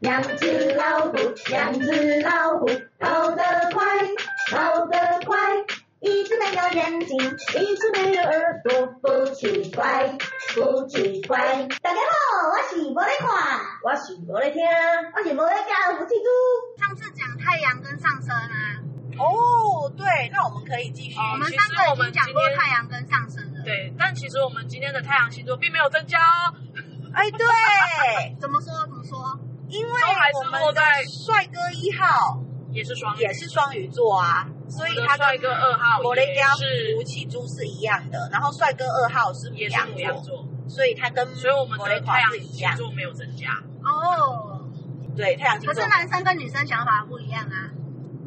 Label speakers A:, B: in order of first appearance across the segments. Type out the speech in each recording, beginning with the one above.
A: 两只老虎，两只老虎，跑得快，跑得快。一只没有眼睛，一只没有耳朵，不奇怪，不奇怪。
B: 大家好，我是无咧看，
A: 我是无咧听，
B: 我是无咧教，我是猪。
C: 上次讲太阳跟上升啊，
D: 哦，对，那我们可以继续。
C: 我
E: 哦
C: 们
E: 其
C: 三
E: 实
C: 个
E: 我
C: 已
E: 们
C: 经讲
E: 今
C: 过
E: 天
C: 太阳跟上升了。
E: 对，但其实我们今天的太阳星座并没有增加哦，
D: 哎，对，
C: 怎么说？怎么说？
D: 因为
E: 都还是
D: 我们
E: 落
D: 的
E: 在
D: 帅哥一号
E: 也是双鱼，
D: 也是双鱼座啊，所以
E: 我的
D: 他
E: 帅
D: 跟
E: 哥二号
D: 摩雷
E: 也
D: 加
E: 是
D: 吴起猪是一样的。然后帅哥二号是母
E: 也是
D: 羊
E: 母羊
D: 座，
E: 座，
D: 所以他跟
E: 所以我们
D: 摩雷
E: 的太
D: 华
E: 阳
D: 是一
E: 星
D: 样。
E: 座没有增加。
C: 哦，
D: 对，太阳星
C: 可
D: 座
C: 是男生跟女生想法不一样啊。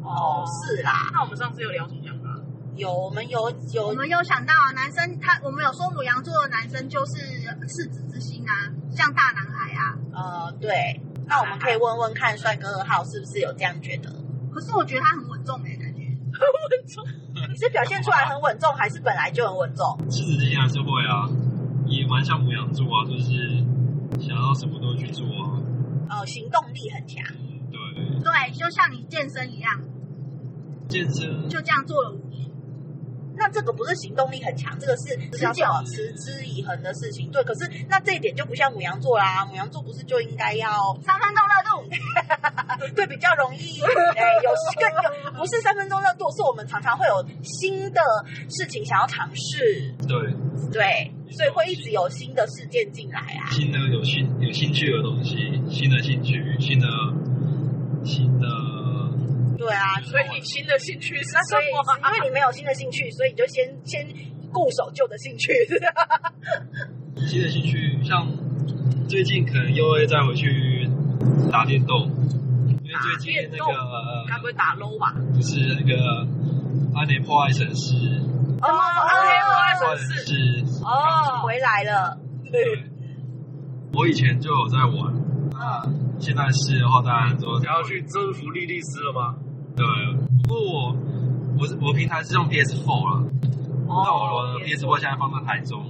D: 哦是啦，
E: 那我们上次有聊什么想法？
D: 有我们有
C: 我
D: 有
C: 们有想到啊，男生他我们有说母羊座的男生就是赤子之心啊，像大男孩啊。
D: 呃对，那我们
E: 啊
D: 可以问问看帅哥二号是不是有这样觉得？
E: 嗯
C: 可是我觉得他很稳重哎、感觉。
D: 你是表现出来很稳重，还是本来就很稳重？
F: 赤子之心还是会啊，也蛮像母羊座啊，就是想要什么都去做啊。
D: 呃，行动力很强。
F: 对，
C: 对，就像你健身一样，
F: 健身
C: 就这样做了五年。
D: 那这个不是行动力很强，这个是
C: 持
D: 叫什么
F: 久
D: 持之以恒的事情。对，可是那这一点就不像母羊座啦，母羊座不是就应该要
C: 三分钟热度，
D: 对比较容易，哎，有更有不是三分钟热度，是我们常常会有新的事情想要尝试，
F: 对
D: 对，所以会一直有新的事件进来啊。
F: 新的有兴有兴趣的东西，新的兴趣，新的新的
D: 对啊，
E: 所以你新的兴趣是
D: 那
E: 什
D: 所以
E: 么啊？
D: 因为你没有新的兴趣，所以你就先先固守旧的兴趣，
F: 新的兴趣，像最近可能又会再回去打电动，因为最近那个
E: 该不会打 low 吧？
F: 不是那个安联破坏神师，
D: 哦，
E: 安
F: 破
E: 联
F: 坏
E: 破坏神
F: 神
E: 师
F: 师
E: 哦，
D: 回来了，
F: 对，我以前就有在玩，啊，现在是的话，当然说
G: 想要去征服莉莉丝了吗？
F: 对，不过我我是我平台是用 PS4 啦，
G: 哦
F: 那我的 PS4 现在放在台中，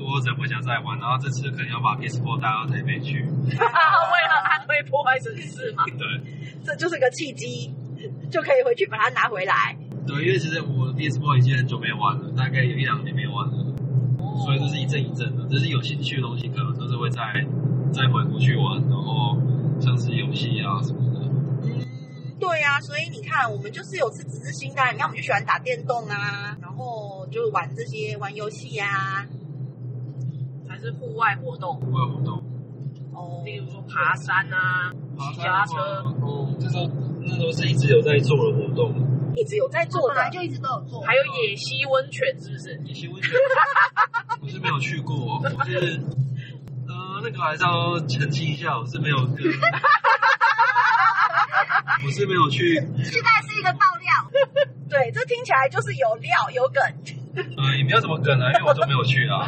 F: 我怎么想再玩？然后这次可能要把 PS4 带到台北 去，
E: 为了安慰破坏神事嘛，
F: 对
D: 这就是个契机，就可以回去把它拿回来。
F: 对，因为其实我的 PS4 已经很久没玩了，大概有一两年没玩了，
G: 哦
F: 所以这是一阵一阵的，就是有兴趣的东西可能就是会再再回过去玩，然后像是游戏啊什么的。
D: 嗯，对呀、啊，所以你看，我们就是有赤子之心的啊、你看，我们就喜欢打电动啊，然后就玩这些玩游戏啊呀、
E: 还是户外活动，
F: 户外活动，
D: 哦，
E: 例如说爬山啊，骑脚踏车。
F: 哦，这都那都是一直有在做的活动。
D: 一直有在
C: 他
D: 做
C: 本来
D: 的。
C: 就一直都有做。
E: 还有野溪温泉是不是？
F: 野溪温泉，我是没有 去过，我是呃那个还是要澄清一下，我是没有 跟，我是没有去
C: 期待是一个爆料，
D: 对，这听起来就是有料有梗。
F: 呃也没有什么梗啊，因为我都没有去啊。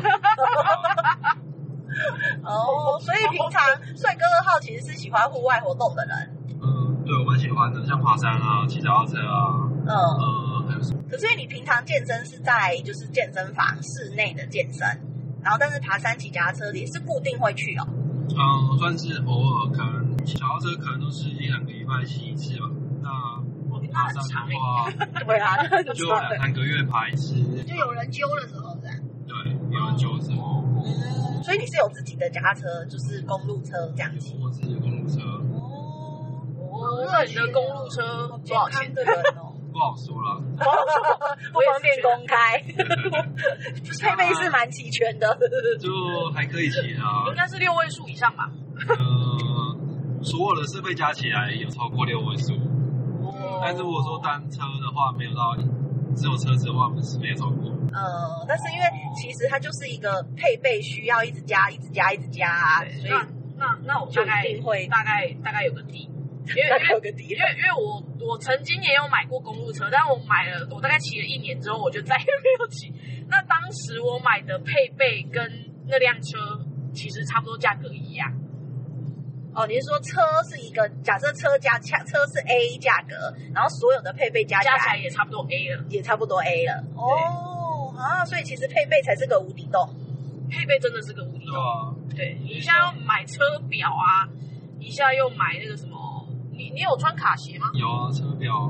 D: 哦，所以平常帅哥二号其实是喜欢户外活动的人。
F: 嗯，对我蛮喜欢的，像爬山啊、骑脚踏车啊，
D: 嗯，
F: 呃还有什么？
D: 可是你平常健身是在就是健身房室内的健身，然后但是爬山、骑脚踏车也是固定会去哦。
F: 嗯，算是偶尔可能骑脚踏车可能都是一两个礼拜骑一次吧。那爬山
E: 欸
F: 的话，
D: 对啊，那 就
F: 就
D: 算
F: 两
D: 了。
F: 三个月爬一次。
C: 就有人揪的时候这样。
F: 对，有人救之后，
D: 嗯，所以你是有自己的脚踏车，就是公路车这样骑。
F: 我自己的公路车
D: 哦，
E: 哦，那你的公路车多少钱？
D: 的人哦，
F: 不好说 了。
D: 不方便公开，配备是蛮齐全的。
F: 就还可以骑啊。
E: 应该是六位数以上吧。
F: 呃，所有的设备加起来有超过六位数，
E: 哦
F: 但是如果说单车的话，没有到只有车子的话，我们是没有超过。
D: 呃，但是因为其实它就是一个配备需要一直加、一直加、一直加啊，
E: 对
D: 所
E: 那
D: 以
E: 那那我
D: 就
E: 大概
D: 一定会
E: 大概大概有个底，因为
D: 大概
E: 因
D: 有
E: 为
D: 个底
E: 因。为因为我我曾经也有买过公路车，但我买了我大概骑了一年之后，我就再也没有骑。 那当时我买的配备跟那辆车其实差不多价格一样，
D: 哦，你是说车是一个假设车加价车是 A 价格，然后所有的配备加起
E: 加起来
D: 来
E: 也差不多 A 了。
D: 也差不多 A 了。哦，啊，所以其实配备才是个无底洞。
E: 配备真的是个无敌
F: 对啊，
E: 对你像要买车表啊，一下又买那个什么，你你有穿卡鞋吗？
F: 有啊，车表、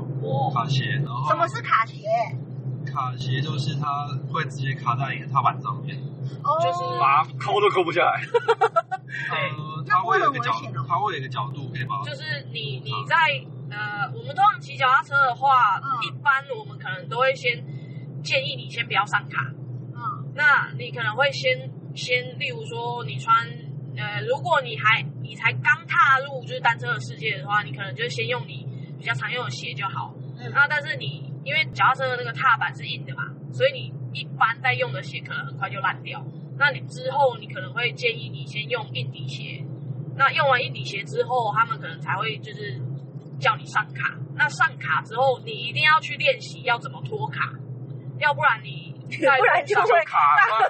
F: 卡鞋，然
E: 哦
F: 后
C: 什么是卡鞋？
F: 卡鞋？就是它会直接卡在你的踏板上面，
C: 哦，
E: 就是
G: 把它抠啊都抠不下来。
F: 呃，
C: 那
F: 它
C: 不
F: 会
C: 会
F: 有
C: 很
F: 一个角
C: 危险哦，
F: 它会有一个角度可以把它
E: 就是你你在呃，我们通常骑脚踏车的话，
C: 嗯
E: 一般我们可能都会先建议你先不要上卡，
C: 嗯
E: 那你可能会先先，例如说你穿，呃，如果你还你才刚踏入就是单车的世界的话，你可能就先用你比较常用的鞋就好。
D: 嗯
E: 那但是你因为脚踏车的那个踏板是硬的嘛，所以你一般在用的鞋可能很快就烂掉。那你之后你可能会建议你先用硬底鞋。那用完硬底鞋之后，他们可能才会就是叫你上卡。那上卡之后，你一定要去练习要怎么脱卡，要不然你
D: 不然就
E: 上
D: 会
G: 卡 了，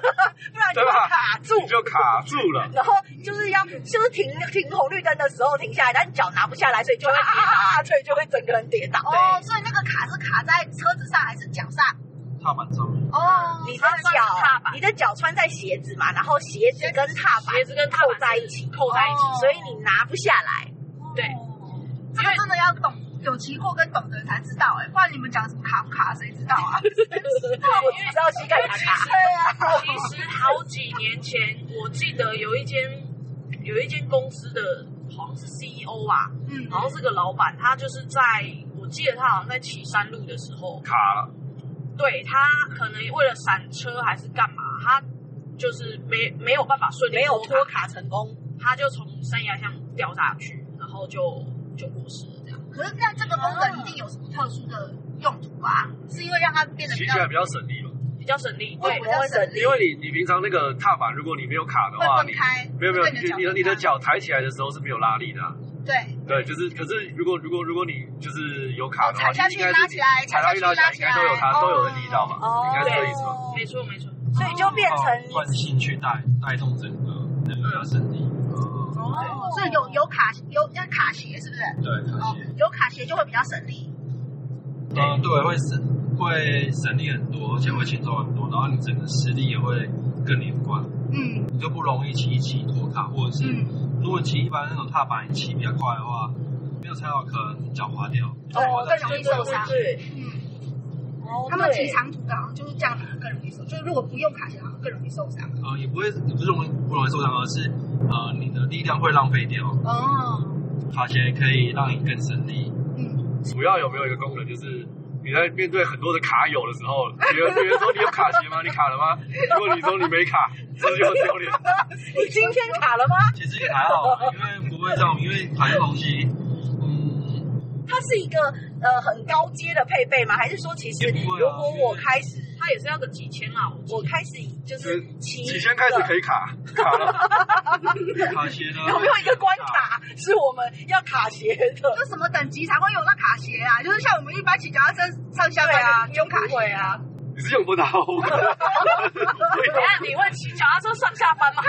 D: 不然就会卡住。
G: 你就卡住了。
D: 然后就是要就是停停红绿灯的时候停下来，但脚拿不下来，所以就会跌倒，啊、所以就会整个人跌倒。
C: 哦，所以那个卡是卡在车子上还是脚上？
F: 踏板上面。
C: 哦，
D: 你的
E: 它算是踏
D: 脚，
E: 板
D: 你的脚穿在鞋子嘛，然后鞋子跟踏板
E: 鞋子跟踏
D: 扣在
E: 板是
D: 一起，
E: 扣在一起。
C: 哦
D: 所以你拿不下来。
E: 对
C: 哦，这个真的要懂，有骑过跟懂的人才知道哎、不然你们讲什么卡不卡，谁知道 啊？
D: 我只知道膝盖卡卡。
E: 其实好几年前，我记得有一间有一间公司的，好像是 CEO 吧，
C: 嗯，
E: 好像是个老板，他就是在我记得他好像在骑山路的时候，
G: 卡了，
E: 对他可能为了闪车还是干嘛，他就是没没有办法顺 利
D: 没有
E: 脱
D: 脱，卡成功，
E: 他就从山崖上掉下去，然后就就过世了这样。
C: 可是那这个功能一定有什么特殊的用途吧？是因为让它变得比
G: 骑
C: 较
G: 起来比较省力嘛。
E: 比较省力，
D: 我
E: 对
D: 不，会省力
G: 因。为你你平常那个踏板，如果你没有卡的
C: 会分
G: 话，你
C: 开，
G: 没有没有，
C: 会
G: 你
C: 对
G: 你的你的
C: 分开
G: 脚抬起来的时候是没有拉力的、啊。
C: 对，
G: 对，就是可是如果如果如果你就是有卡的
C: 哦
G: 话，
C: 踩下去
G: 你应该是
C: 拉起来，
G: 踩
C: 踩下
G: 下去
C: 去
G: 拉
C: 拉
G: 起
C: 起来，
G: 来应该都有它都有的力道吧？
D: 哦，
G: 应该是这个意思哦吧？
E: 没错没错。
D: 所以就变成
F: 惯性去带带动整个那个身体。呃，
C: 哦，所以有有卡有要卡鞋是不是？
F: 对，卡
C: 哦
F: 鞋。，
C: 有卡鞋就会比较省力。
F: 嗯，对，会省会省力很多，而且会轻松很多，然后你整个实力也会更连贯，
C: 嗯
F: 你就不容易骑骑脱卡，或者是、
C: 嗯，
F: 如果你骑一般那种踏板，你骑比较快的话，没有踩好可能脚滑掉，
C: 对
F: 哦，
C: 更容易受伤。
D: 对，
C: 嗯，
D: 哦
C: 他们骑长途的好像就是这样，更容易受，就是如果不用卡鞋，好像更容易受伤。
F: 呃，也不会也不是容易不容易受伤，而是呃你的力量会浪费掉，
C: 哦，
F: 卡鞋可以让你更省力。
C: 嗯，
G: 主要有没有一个功能就是？你在面对很多的卡友的时候，别人别人说你有卡鞋吗？你卡了吗？如果你说你没卡，这就很丢脸。
D: 你今天卡了吗？
F: 其实也还好，因为不会让，因为卡鞋东西，嗯，
D: 它是一个呃很高阶的配备吗？还是说其实
F: 也不会啊
D: 如果我开始
E: 他也是要个几千啊，我记得
D: 我开始就是骑
G: 起先开始可
D: 以
G: 以卡卡了，
F: 卡鞋呢
D: 有没有一个关？卡是我们要卡鞋的？
C: 就什么等级才会有那卡鞋啊？就是像我们一般骑脚踏车上下班啊，就卡鞋。
D: 会啊，
G: 你是用不 到。
E: 等
G: 啊
E: 一下哎你会骑脚踏车上下班吗？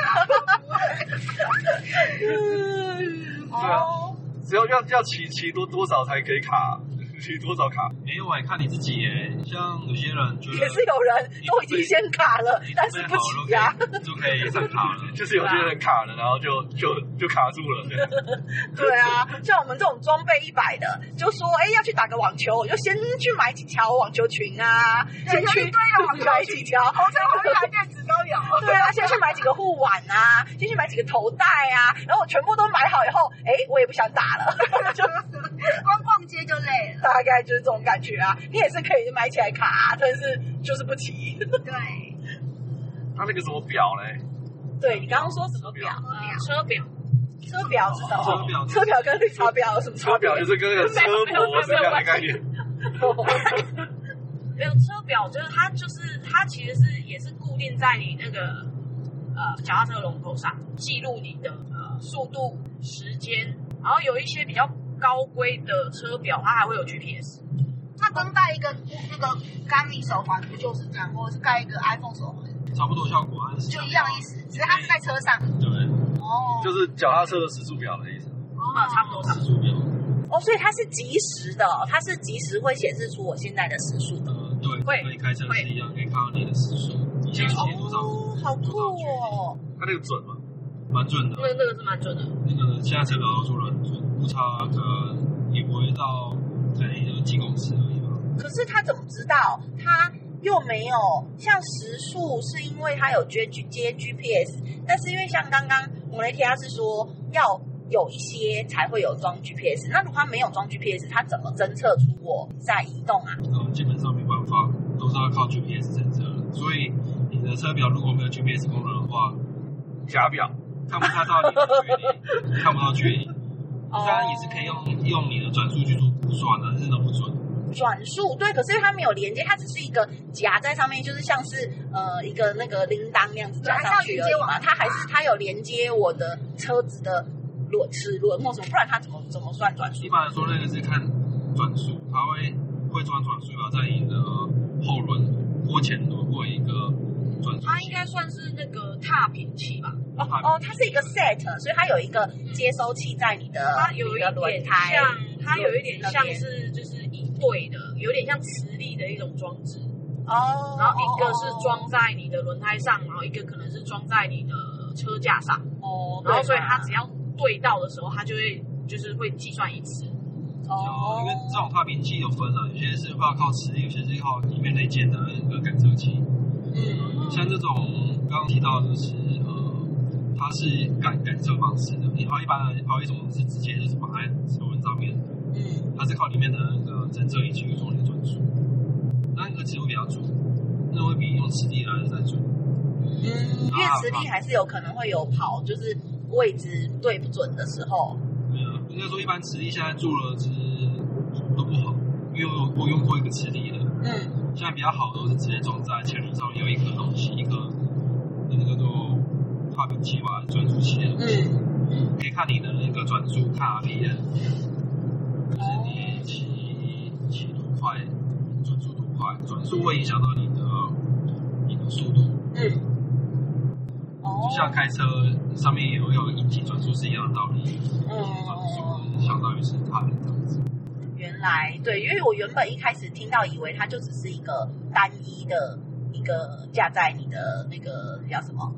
F: 嗯
G: 对啊，
D: 哦
G: 只要要要骑骑多多少才可以卡， 骑多少卡？
F: 没有哎、看你自己哎、像有些人觉得
D: 也是有人都已经先卡了，但是不骑呀、啊。
F: 就可以上卡了。
G: 就是有些人卡了，然后就就就卡住了。对
D: 对啊，像我们这种装备一百的，就说哎要去打个网球，我就先去买几条网球裙啊，先去
C: 有一堆的网球裙
D: 买几条
C: 红橙黄绿蓝靛紫都 有。
D: 对啊，先去买几个护腕啊，先去买几个头带啊，然后我全部都买好以后，哎，我也不想打了，
C: 光逛街就累了。
D: 大概就是这种感觉啊。你也是可以买起来卡、但是就是不骑。
C: 对，
G: 他那个什么表嘞？
D: 对你刚刚说什么表？
E: 呃车表。
D: 车表是什么？
F: 车表
D: 车表跟绿茶婊有什么
G: 车
D: 差别
G: 表？就是跟那个车模是一样的概念。
E: 没有车表，就是它就是它其实是也是固定在你那个呃脚踏车龙头上，记录你的呃速度、时间，然后有一些比较高规的车表，它还会有 GPS。
C: 那光戴一个那个钢笔手环不就是这样，或者是盖一个 iPhone 手环，
F: 差不多效果还是
C: 就一样意。思，只是它是在车上。
F: 对，
C: 哦，
G: 就是脚踏车的时速表的意思。
E: 啊，差不多，差不
F: 时
E: 多。
F: 速表，
D: 哦，所以它是及时的哦、它是及时会显示出我现在的时速的。
F: 呃，对，
E: 会
F: 跟开车是一样，可以看到你的时速，你先骑多少，
D: 哦，好酷哦！
G: 它那个准吗？
F: 蛮准的。
E: 那那个是蛮准的。
F: 那个现在车表都出了很准，误差可能也不会到可能也就几公尺而已吧。
D: 可是他怎么知道？他又没有像时速，是因为他有接接 GPS，但是因为像刚刚我雷提亚是说要有一些才会有装 GPS，那如果他没有装 GPS，他怎么侦测出我在移动啊？
F: 呃，基本上没办法，都是要靠 GPS 侦测的。所以你的车表如果没有 GPS 功能的话，
G: 假表，
F: 看不太到你的距离，看不到距离。
D: 哦
F: 当然也是可以用用你的转速去做估算啊的，但是都不准。
D: 转速对，可是因为它没有连接，它只是一个夹在上面，就是像是呃一个那个铃铛那样子
C: 对
D: 夹
C: 还是
D: 上去
C: 要
D: 而
C: 连接
D: 已
C: 网啊
D: 嘛。它还是它有连接我的车子的轮齿轮或什么，不然它怎么怎么算转速
F: 一？般来说，那个是看转速，它会会装转速表在你的后轮或前轮或一个转速。
E: 它应该算是那个踏频器吧，
D: 哦哦，它是一个 set，所以它有一个接收器在你的
E: 它有
D: 你
E: 一
D: 的轮
E: 点
D: 胎。
E: 像，它有一点
D: 那边
E: 像是就是一对的，有点像磁力的一种装置，
D: 哦，
E: 然后一个是装在你的轮胎上，然后一个可能是装在你的车架上，
D: 哦，
E: 然后所以它
D: 它
E: 只要对到的时候，它就会就是会计算一次。
D: 哦
F: 因为这种踏频器有分啊了，有些是要靠磁力，有些是靠里面内建的那个感测器。
D: 嗯
F: 像这种刚刚提到的就是呃，它是感感受方式的，然后一般的还有一种是直接就是绑在车轮上面的，
D: 嗯
F: 它是靠里面的呃那个侦测仪器去做你的转速，那个其实会比较准，那会比用磁力来的再准。
D: 嗯，因为磁力还是有可能会有跑，就是位置对不准的时候。
F: 对啊，应该说一般磁力现在做了其实都不好，因为我我用过一个磁力的，
D: 嗯。
F: 现在比较好的都是直接装在前轮上面有一颗东西，一颗那个叫做跨频器吧，转速器的东西。
D: 嗯，
F: 可以看你的那个转速看哪里的，就是你骑骑多快，转速多快，转速会影响到你的你的速度，
D: 嗯，哦
F: 就，像开车上面也会有一级转速是一样的道理，转
D: 嗯，
F: 速相当于是它这样子。
D: 原来对，因为我原本一开始听到以为它就只是一个单一的一个架在你的那个叫什么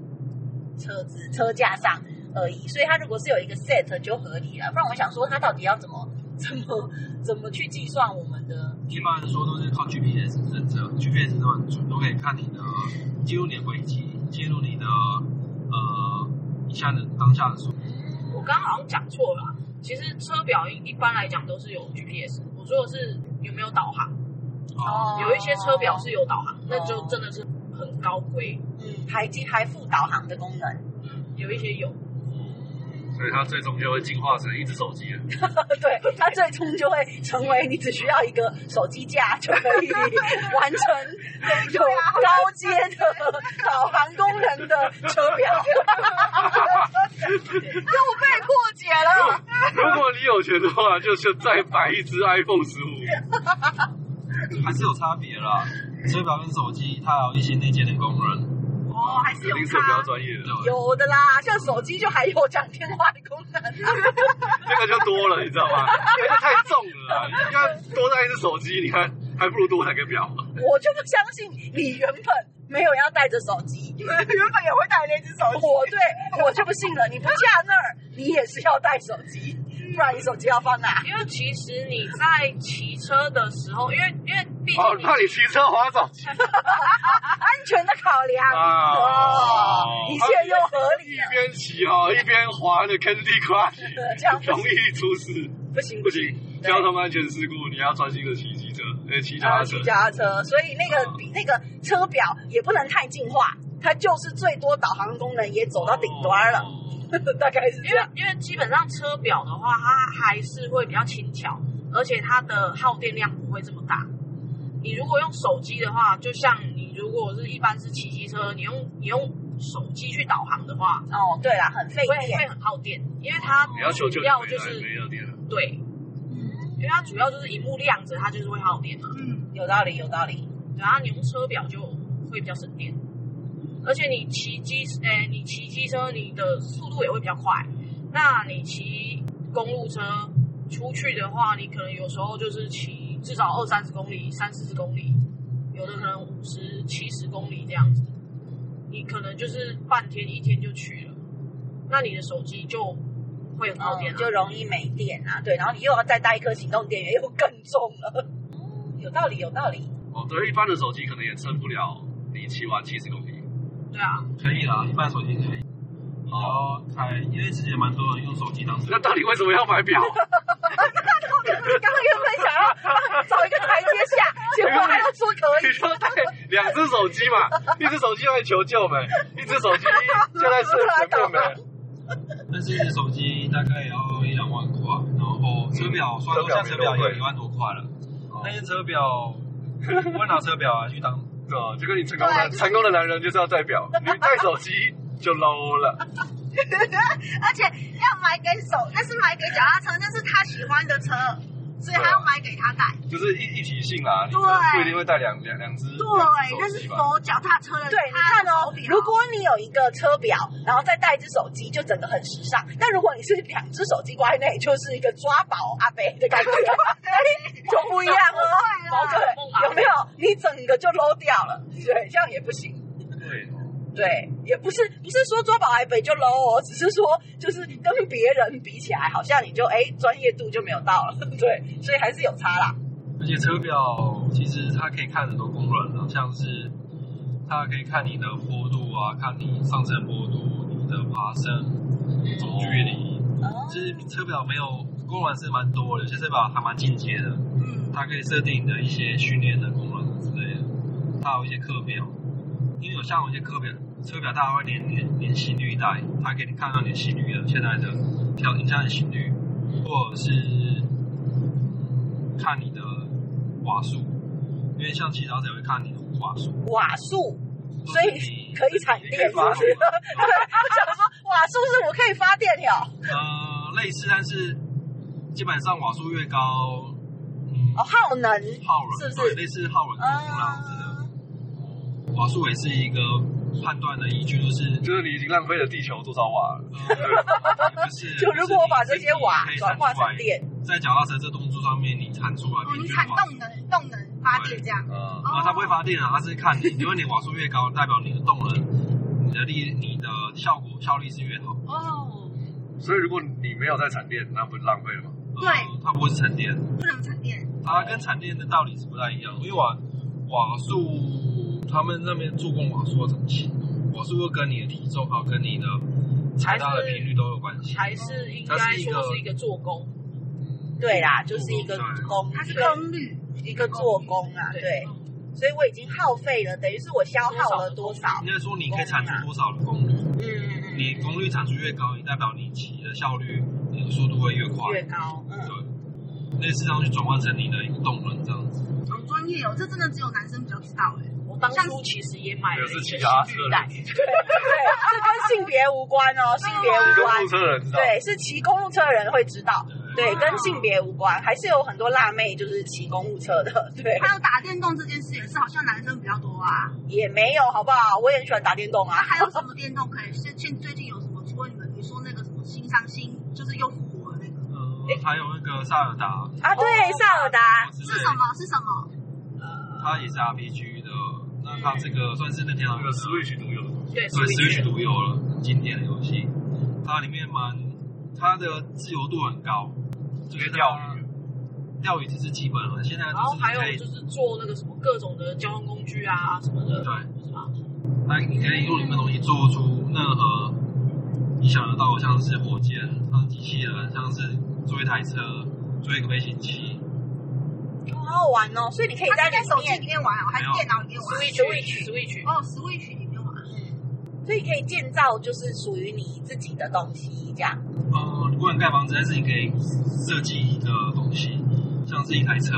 D: 车子车架上而已，所以它如果是有一个 set 就合理了，不然我想说它到底要怎么怎么怎么去计算我们的
F: 一般来说都是靠 GPS 侦测，GPS 都很准，都可以看你的记录你的轨迹，记录你的呃你现在的当下的速度。
E: 我刚刚好像讲错了啊，其实车表一般来讲都是有 GPS，我说的是有没有导航，
D: 哦
E: 有一些车表是有导航，那就真的是很高规，
D: 嗯还进还附导航的功能，
E: 有一些有。
G: 所以它最终就会进化成一只手机了。
D: 对，它最终就会成为你只需要一个手机架就可以完成有
C: 啊
D: 高阶的导航功能的车表。
C: 又被破解了。
G: 如果你有钱的话，就就再买一只 iPhone 十五。
F: 还是有差别啦。车表跟手机它有一些内建的功能，
C: 哦，还是
G: 肯
C: 有
G: 定是比较
C: 差。
G: 专业的，
D: 有的啦，像手机就还有讲电话的功能。
G: 这个就多了，你知道吗？那个太重了啊，你看多带一只手机，你看还不如多带个表。
D: 我就不相信你原本没有要带着手机，
C: 原本也会带那只手机，
D: 我对我就不信了。你不架那儿，你也是要带手机，不然你手机要放哪？
E: 因为其实你在骑车的时候，因为因为毕竟
G: 哦，
E: 你
G: 那你骑车滑手机
D: 安全的考量
G: 啊
D: 哦，一切又合理
G: 一
D: 了。
G: 边骑哦，一边滑的 Candy Crush，
D: 这样不
G: 容
D: 行
G: 易出事。
D: 不行
G: 不行，交通安全事故，你要专心的骑机车，哎，骑脚
D: 啊，
G: 踏
D: 骑
G: 车。
D: 脚踏车，哦所以那个
F: 嗯
D: 比那个车表也不能太进化，它就是最多导航功能也走到顶端
G: 哦
D: 了， 大概是
E: 因
D: 这
E: 为
D: 样。
E: 因为基本上车表的话，它还是会比较轻巧，而且它的耗电量不会这么大。你如果用手机的话，就像你如果是一般是骑机车，你用你用手机去导航的话，
D: 哦，对啦，很费
E: 会
D: 电。
E: 会很耗电，因为它
G: 哦你要求救
E: 主
G: 你
E: 要
G: 没
E: 就
G: 来没
E: 是
G: 要电了。
E: 对，因为它主要就是荧幕亮着，它就是会耗电嘛。
C: 嗯，
D: 有道理，有道理。
E: 然后你用车表就会比较省电，而且你骑机，诶、你骑机车，你的速度也会比较快。那你骑公路车出去的话，你可能有时候就是骑至少二三十公里、三四十公里，有的可能五十、七十公里这样子，你可能就是半天一天就去了。那你的手机就会很耗电、
D: 嗯，
E: 啊
D: 就容易没电啊。对，然后你又要再带一颗行动电源，又更重了。哦有道理，有道理。
G: 哦，对，一般的手机可能也撑不了你骑完七十公里。
E: 对啊，
F: 可以啦，一般手机可以。然后哦开，因为其实也蛮多人用手机当时
G: 那到底为什么要买 表？
D: 刚刚原本想要帮找一个台阶 下，结果还要说 可
G: 你
D: 以。
G: 就带两只手机 嘛，一只手机用来求救没，一只手机就在设置对没。
F: 但是手机大概也要一两万块，然后车表算一下，车表也一万多块了。
G: 哦
F: 但是车表，我会拿车表啊去当，
G: 对啊， 就跟你成功的成功的男人就是要戴表，你带手机就 low 了。
C: 而且要买给手，那是买给脚踏车，那是他喜欢的车，所以他
G: 啊
C: 要买给他带。
G: 就是一一体性啦，你
C: 对
G: 不一定会带两两两只
C: 对，
G: 两
C: 那
G: 只
C: 是
G: 手机吧。
C: 否脚踏车的？
D: 对，你
C: 他
D: 看
C: 的手
D: 哦
C: 表，
D: 如果你有一个车表，然后再带一只手机，就整个很时尚。但如果你是两只手机挂在那里，就是一个抓宝阿北的 感觉，就不一样哦。
C: 宝可
E: 梦阿
D: 对，
E: 伯
D: 有没有？你整个就 low 掉了，对，这样也不行。
F: 对，
D: 对，也不是不是说抓宝阿北就 low 哦，只是说就是跟别人比起来，好像你就哎专业度就没有到了，对，所以还是有差啦。
F: 而且车表其实它可以看很多功能啊，像是它可以看你的坡度啊，看你上升坡度、你的爬升、总距离，
D: 哦
F: 其实车表没有功能是蛮多的，有些车表还蛮进阶的，
C: 嗯，
F: 它可以设定你的一些训练的功能之类的，它有一些课表，因为有像有一些课表车表，它还会连连连心率带，它可以看到你的心率的现在的调影响你的心率，或者是看你的瓦数，因为像其他者会看你的瓦数，
D: 瓦数，所以啊可以产电，是不是？对，
F: 可以发
D: 我想说瓦数是我可以发电了。
F: 呃，类似，但是基本上瓦数越高，嗯，
D: 哦，耗能
F: 耗能
D: 是不
F: 对
D: 是？
F: 类似耗能这样子的。
D: 嗯，
F: 瓦数也是一个判断的依据，就是
G: 就是你已经浪费了地球多少瓦了？
F: 呃不是，
D: 就如果我把这些瓦
F: 就是你可以
D: 转化成电，哦
F: 在脚踏车这动作上面，你产出来
C: 我
F: 平
C: 们
F: 均
C: 产哦
F: 瓦数
C: 动能，动能发电这样。
G: 嗯，
F: 啊，它不会发电啊，它是看你，因为你瓦数越高，代表你的动能、你的力、你的效果效率是越好。
E: 哦，
G: 所以如果你没有在产电，那不是浪费了吗？
F: 呃
C: 对，
F: 它不会是沉淀，
C: 不能产电。
F: 它啊跟产电的道理是不太一样的，因为瓦瓦数他们那边做工瓦数的东西，瓦数会跟你的体重还有跟你的踩踏的频率都有关系。
E: 还是应
F: 它
E: 该
F: 是一个
E: 说是一个做工，
D: 对啦，就是一个功，
C: 它是功率，
D: 一个做工啊，对。所以我已经耗费了，等于是我消耗了多少？
F: 应该说你可以产出多少的功率？
D: 嗯嗯嗯，
F: 你功率产出越高，你代表你骑的效率、你的速度会越快，
D: 越高，嗯，
F: 对，类似上去转换成你的一个动能这样子。
C: 好专业哦，这真的只有男生比较知道哎。
E: 我当初其实也买了
G: 也是
E: 一
G: 骑
E: 个
G: 脚踏
E: 心
G: 车
E: 率
G: 的
E: 带，
D: 对，这跟性别无关 哦，性别无
G: 你跟
D: 关
G: 路，车人知道，
D: 对，是啊骑公路车的人会知道，对，
C: 哇
D: 跟性别无关，还是有很多辣妹就是骑公务车的，对，
C: 还有打电动这件事也是，好像男生比较多啊。
D: 也没有，好不好？我也很喜欢打电动
C: 那
D: 啊，
C: 还有什么电动可以？现现最近有什么？除了你们你说那个什么新伤心，就是又复活的那个，
F: 呃，还有那个萨尔达
D: 啊，对，萨尔达，
F: 之
C: 是
F: 类
C: 什
F: 的，
C: 么？是什么？
F: 它也是 RPG 的，那它这个算是那天
G: 那个 Switch 独有的东西。
E: 对，
F: 对 Switch
E: 度，
F: 独有了很经典的游戏，它里面蛮它的自由度很高，就是它
G: 钓鱼，
F: 钓鱼只是基本了，现在
E: 然
F: 就
E: 后
F: 是
E: 还
F: 你可
E: 有
F: 以
E: 就是做那个什么各种的交通工具啊什么的，
F: 对
E: 是吧？
F: 那哎你可以用你们东西做出任何你想得到的，像是火箭、像是机器人、像是做一台车、做一个飞行器，
D: 好好玩哦，所以你可以
C: 它
D: 在
C: 是在手
D: 里
C: 机里
D: 面，
C: 面玩哦，还是电脑里面玩？
E: Switch Switch，
C: 哦，Switch 里面玩。
D: 嗯，所以可以建造就是属于你自己的东西，这样，
F: 呃，如果你盖房子，但是你可以设计一个东西，像是一台车，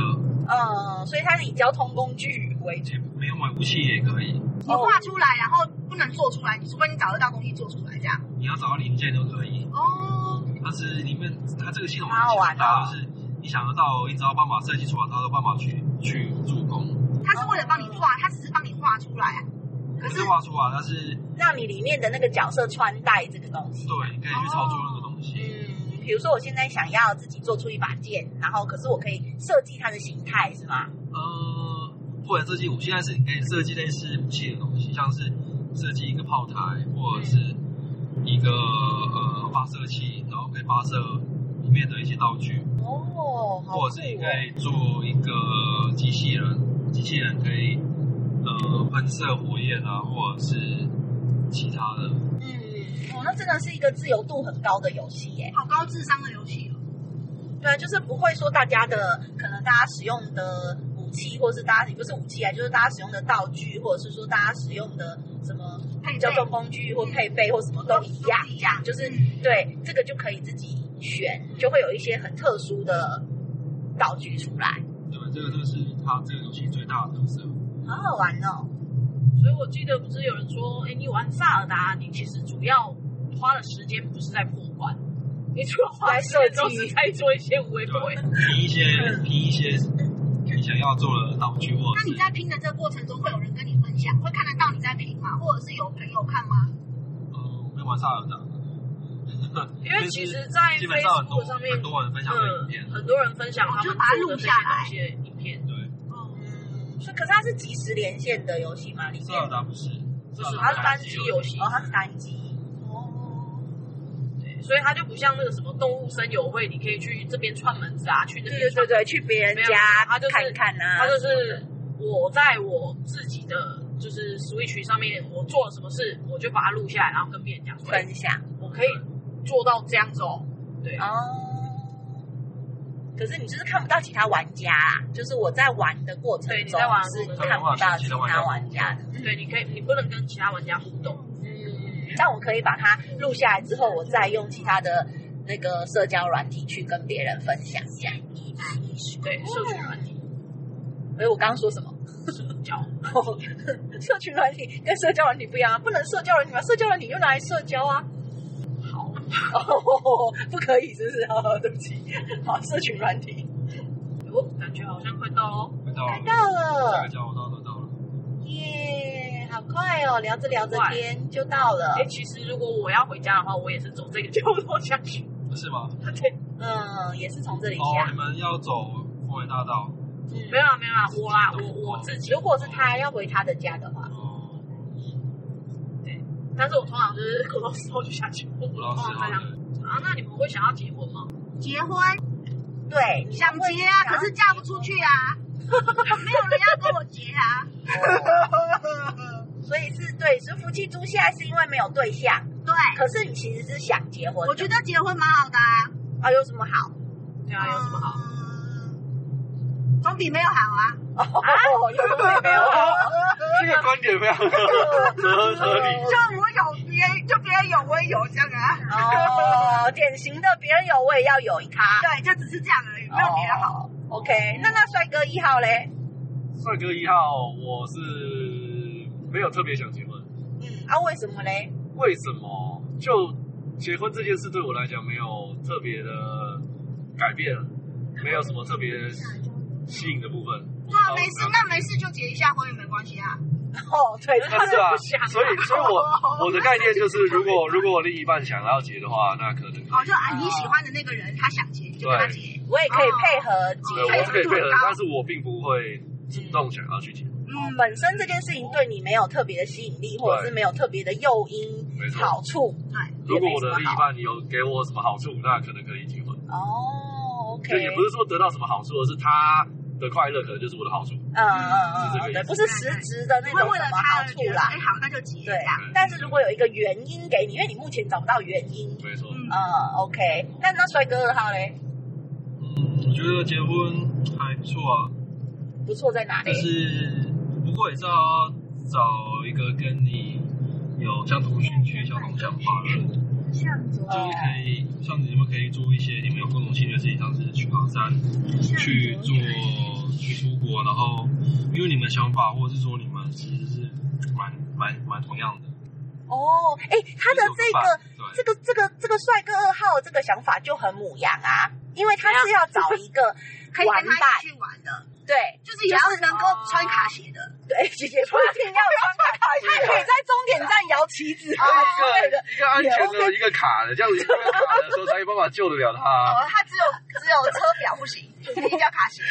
D: 嗯，所以它是以交通工具为主，
F: 也没有买武器也可以，
C: 你画出来，然后不能做出来，你除非你找得到东西做出来这样。
F: 你要找到零件都可以。
C: 哦，
F: 它是里面它这个系统
D: 好好玩
F: 很大，
D: 哦
F: 就是你想得到，你只要帮忙设计出来，它都帮忙去去助攻，
C: 它是为了帮你画，它只是帮你画出来啊。可
F: 不
C: 是
F: 是画出来，但是
D: 让你里面的那个角色穿戴这个东西。
F: 对，你可以去操作那个东西。
D: 嗯，比如说我现在想要自己做出一把剑，然后可是我可以设计它的形态，是吗？
F: 呃，不能设计武器，但是你可以设计类似武器的东西，像是设计一个炮台，或者是一个呃发射器，然后可以发射里面的一些道具，
D: 哦，好酷
F: 或
D: 哦
F: 者是你可以做一个机器人，机器人可以呃喷射火焰啊，或者是其他的。
D: 嗯，哦，那真的是一个自由度很高的游戏耶。
C: 好高智商的游戏哦。
D: 对啊，就是不会说大家的可能大家使用的武器，或是大家也不是武器啊，就是大家使用的道具，或者是说大家使用的什么
C: 配备
D: 交通工具或配备或什么都一样，
C: 都
D: 这样
C: 一样
D: 就是
C: 嗯
D: 对这个就可以自己选，就会有一些很特殊的道具出来，
F: 对，这个就是它这个游戏最大的特色。
D: 好好玩哦。
E: 所以我记得不是有人说，哎、你玩萨尔达，你其实主要花的时间不是在破关，你主要花的时间都是在做一些无为不为。
F: 拼一些拼一些你想要做的道具，或者
C: 那
F: 是
C: 你在拼的这个过程中，会有人跟你分享，会看得到你在拼吗？或者是有朋友看吗？
F: 呃，我没有玩萨尔达，
E: 因为其实，在
F: 基本上很多
E: Facebook 上面，
F: 很多人分享的影片
E: 嗯，，很多人分享他
C: 就
E: 们
C: 把它
E: 做的
C: 录
E: 这些
C: 下来
E: 东西的影片。
F: 对，
E: 哦
D: 嗯，所以可是它是即时连线的游戏嘛，里
F: 萨
D: 面
F: 尔达不是，啊
E: 就
F: 不
E: 是它是单机游戏，
D: 哦，它是单机，
E: 哦对所以它就不像那个什么动物森友会，你可以去这边串门子啊，去那
D: 对对
E: 边串
D: 对对，去别人
E: 没有
D: 家
E: 它就是
D: 看一看啊，
E: 它就是我在我自己的就是 Switch 上面，我做了什么事，我就把它录下来，然后跟别人讲说，哎
D: 分享。
E: 我可以做到这样子哦。对，
D: 啊哦，可是你就是看不到其他玩家啦，就是我在玩的过程
E: 对你
D: 中
E: 在玩的
D: 是
E: 过程中
D: 看不到其他玩家的。
E: 对，你可以，你不能跟其他玩家互动。
D: 嗯，但我可以把它录下来之后，我再用其他的那个社交软体去跟别人分享一下。
E: 对，社群软体
D: 所以我刚刚说什么？
E: 社交，
D: 社群软体跟社交软体不一样啊，不能社交软体嘛，社交软体就拿来社交啊。好，哦， 不可以，是不是？ 哦，对不起，好，社群软体
E: 我感觉好像快到喽。
F: 快到
D: 看
F: 了，
D: 到
F: 下个
D: 了，
F: 交流道都到了，
D: 耶、好快哦，聊着聊着
E: 很快
D: 天就到了。
E: 哎、其实如果我要回家的话，我也是走这个交通下去。
F: 不是吗？
E: 对，
D: 嗯，也是从这里
F: 哦，
D: 下。
F: 你们要走复原大道，
D: 嗯
E: 没有啦，没有啦，我啦，我我自己
D: 如。果是他要回他的家的话，
F: 哦，
E: 但是我通常就是 口头时候就下去，我
F: 不
E: 不
F: 到
E: 通
F: 四
E: 常
F: 号
E: 这样。
F: 的，
E: 啊，那你们会想要结婚吗？
C: 结婚
D: 对，你
C: 想
D: 会
C: 结啊，可是嫁不出去啊，没有人要跟我结啊。
D: 所以是对，所以夫妻租现在是因为没有对象，
C: 对，
D: 可是你其实是想结婚的。
C: 我觉得结婚蛮好的啊。
D: 啊，有什么好？
E: 对啊，有什么好？
C: 嗯总比没有好啊。
D: 哦，有什么没有好？
G: 这个观点非常合合
E: 哦
G: 理。
C: 就我有别人，就别人有我也有这样啊。
D: 哦，典型的别人有我也要有一咖，
C: 对，就只是这样而已，没有别人
E: 哦
C: 好。
D: 好。OK，那那帅哥一号嘞？
G: 帅哥一号，我是没有特别想结婚，
D: 嗯，啊，为什么嘞？
G: 为什么？就结婚这件事对我来讲没有特别的改变，没有什么特别吸引的部分。
C: 对啊，没事，那没事就结一下婚也没关系啊。
D: 哦， 对，
G: 但是啊，
E: 不想啊
G: 所以所以我我的概念就是，如果如果我另一半想要结的话，那可能
C: 哦，就啊，你喜欢的那个人，他想结就跟他结。
D: 我也可以配合
G: 对
D: 结
G: 我
D: 婚
G: 是可以配合
C: 嗯，
G: 但是我并不会主动想要去结。
D: 嗯，
C: 嗯，
D: 本身这件事情对你没有特别的吸引力，或者是没有特别的诱因
G: 没错
D: 好处
C: 对，
G: 如果我的另一半有给我什么好处，那可能可以结婚。
D: 哦，OK，
G: 就也不是说得到什么好处，而是他的快乐可能就是我的好处。
D: 嗯嗯嗯
G: 是这个
D: 嗯，
G: 意思
D: 对，不是实质的那
C: 不会
D: 种
C: 为
D: 什
C: 了
D: 么
C: 他
D: 好
C: 而
D: 处
C: 觉得
D: 啦
C: 哎，，好，那就结这
D: 对
C: 样。。
D: 但是如果有一个原因给你，因为你目前找不到原因，
G: 没错，
C: 嗯
D: 嗯，OK，那那帅哥二号嘞，
F: 嗯，我觉得结婚还不错啊，
D: 不错在哪里
F: 但？是不过也是要找一个跟你有相同兴趣、相同想法的人，
G: 嗯
C: 嗯
F: 就是可以像你们可以做一些你们有共同兴趣的事情，像是去爬山、去做、去出国，然后因为你们的想法或者是说你们其实是蛮蛮蛮同样的。
D: 哦，哎，他的这个这
F: 对，
D: 个这个这个帅哥二号这个想法就很母羊啊，因为他是要找一个
C: 可以
D: 玩
C: 跟他
D: 伴
C: 一起，去玩的，
D: 对
C: 就是哦也是能够穿卡鞋的，
D: 对，也不一定要穿卡鞋，他可以在终点站摇旗 子
F: 哎
D: 啊之类的。
G: 一个安全的，一个卡的，这样子一个卡的时候才有办法救得了他。
C: 哦，他 只有只有车表不行，一定要卡鞋。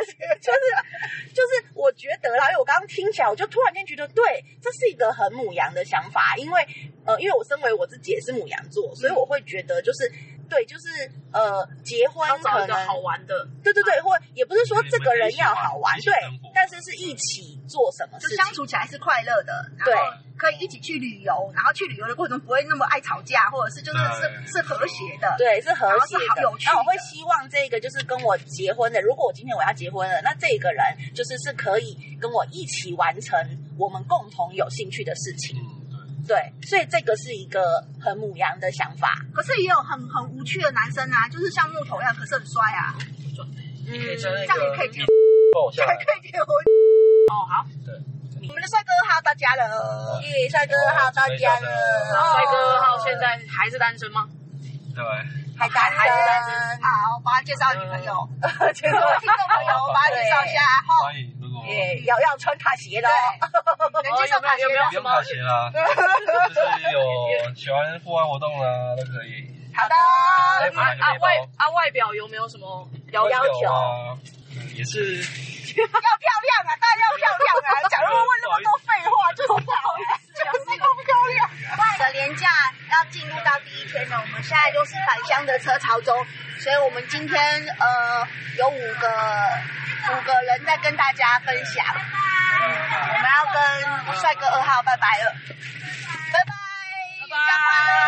D: 就是就是，我觉得啦，因为我刚刚听起来，我就突然间觉得，对，这是一个很母羊的想法，因为呃，因为我身为我自己也是母羊座，所以我会觉得就是。对，就是呃，结婚
E: 要找
D: 可
E: 一个
D: 能嗯
E: 好玩的，
D: 对对对，或也不是说
F: 对
D: 这个人要好玩，
F: 一起
D: 对
F: 玩一起生活，
D: 但是是一起做什么
C: 就
D: 事情，
C: 相处起来是快乐的，然
D: 对
C: 后可以一起去旅游，然后去旅游的过程中不会那么爱吵架，或者是就是
F: 对
C: 是是和谐的。
D: 对，是和谐
C: 然后是好
D: 的
C: 有。趣
D: 那我会
C: 的
D: 希望这个就是跟我结婚的，如果我今天我要结婚了，那这个人就是是可以跟我一起完成我们共同有兴趣的事情。
F: 嗯，对。
D: 对，所以这个是一个很母羊的想法。
C: 可是也有很很无趣的男生啊，就是像木头一样，可是很帅啊，
D: 嗯，
C: 这样也可以结，
G: 爆
C: 这
G: 下
C: 样也可
G: 来，
C: 以结婚。
E: 哦，好，
C: 我们的帅哥号到家了，哦
F: 嗯
D: 耶，帅哥好，到家了，
E: 帅哥号现在还是单身吗？
F: 对，
D: 还单
C: 还是单
D: 身，
C: 好，我帮他介绍女朋友，
D: 结
C: 各
D: 果
C: 位听众朋友，我帮他介绍一下哈。
F: 欢迎。如果
D: 耶，要要穿卡鞋的哦，
C: 对，能
E: 哦
C: 介绍卡鞋
E: 有没有有没有
F: 不用卡鞋啦，就是有喜欢户外活动啦，都可以。
C: 好的，
F: 哎
E: 啊
F: 买个
E: 啊
F: 背包
E: 外啊外表有没有什么要
D: 有要
F: 有
D: 求，
F: 啊，嗯也是
C: 要漂亮啊，当然要漂亮啊，讲那么问那么多废话，就是不好意思，就是不漂亮。外的廉价要进入到第一天了，我们现在就是返乡的车潮中，所以我们今天呃有五个五个人在跟大家分享，嗯我们要跟帅哥二号拜拜了，拜拜，拜拜，新年快乐。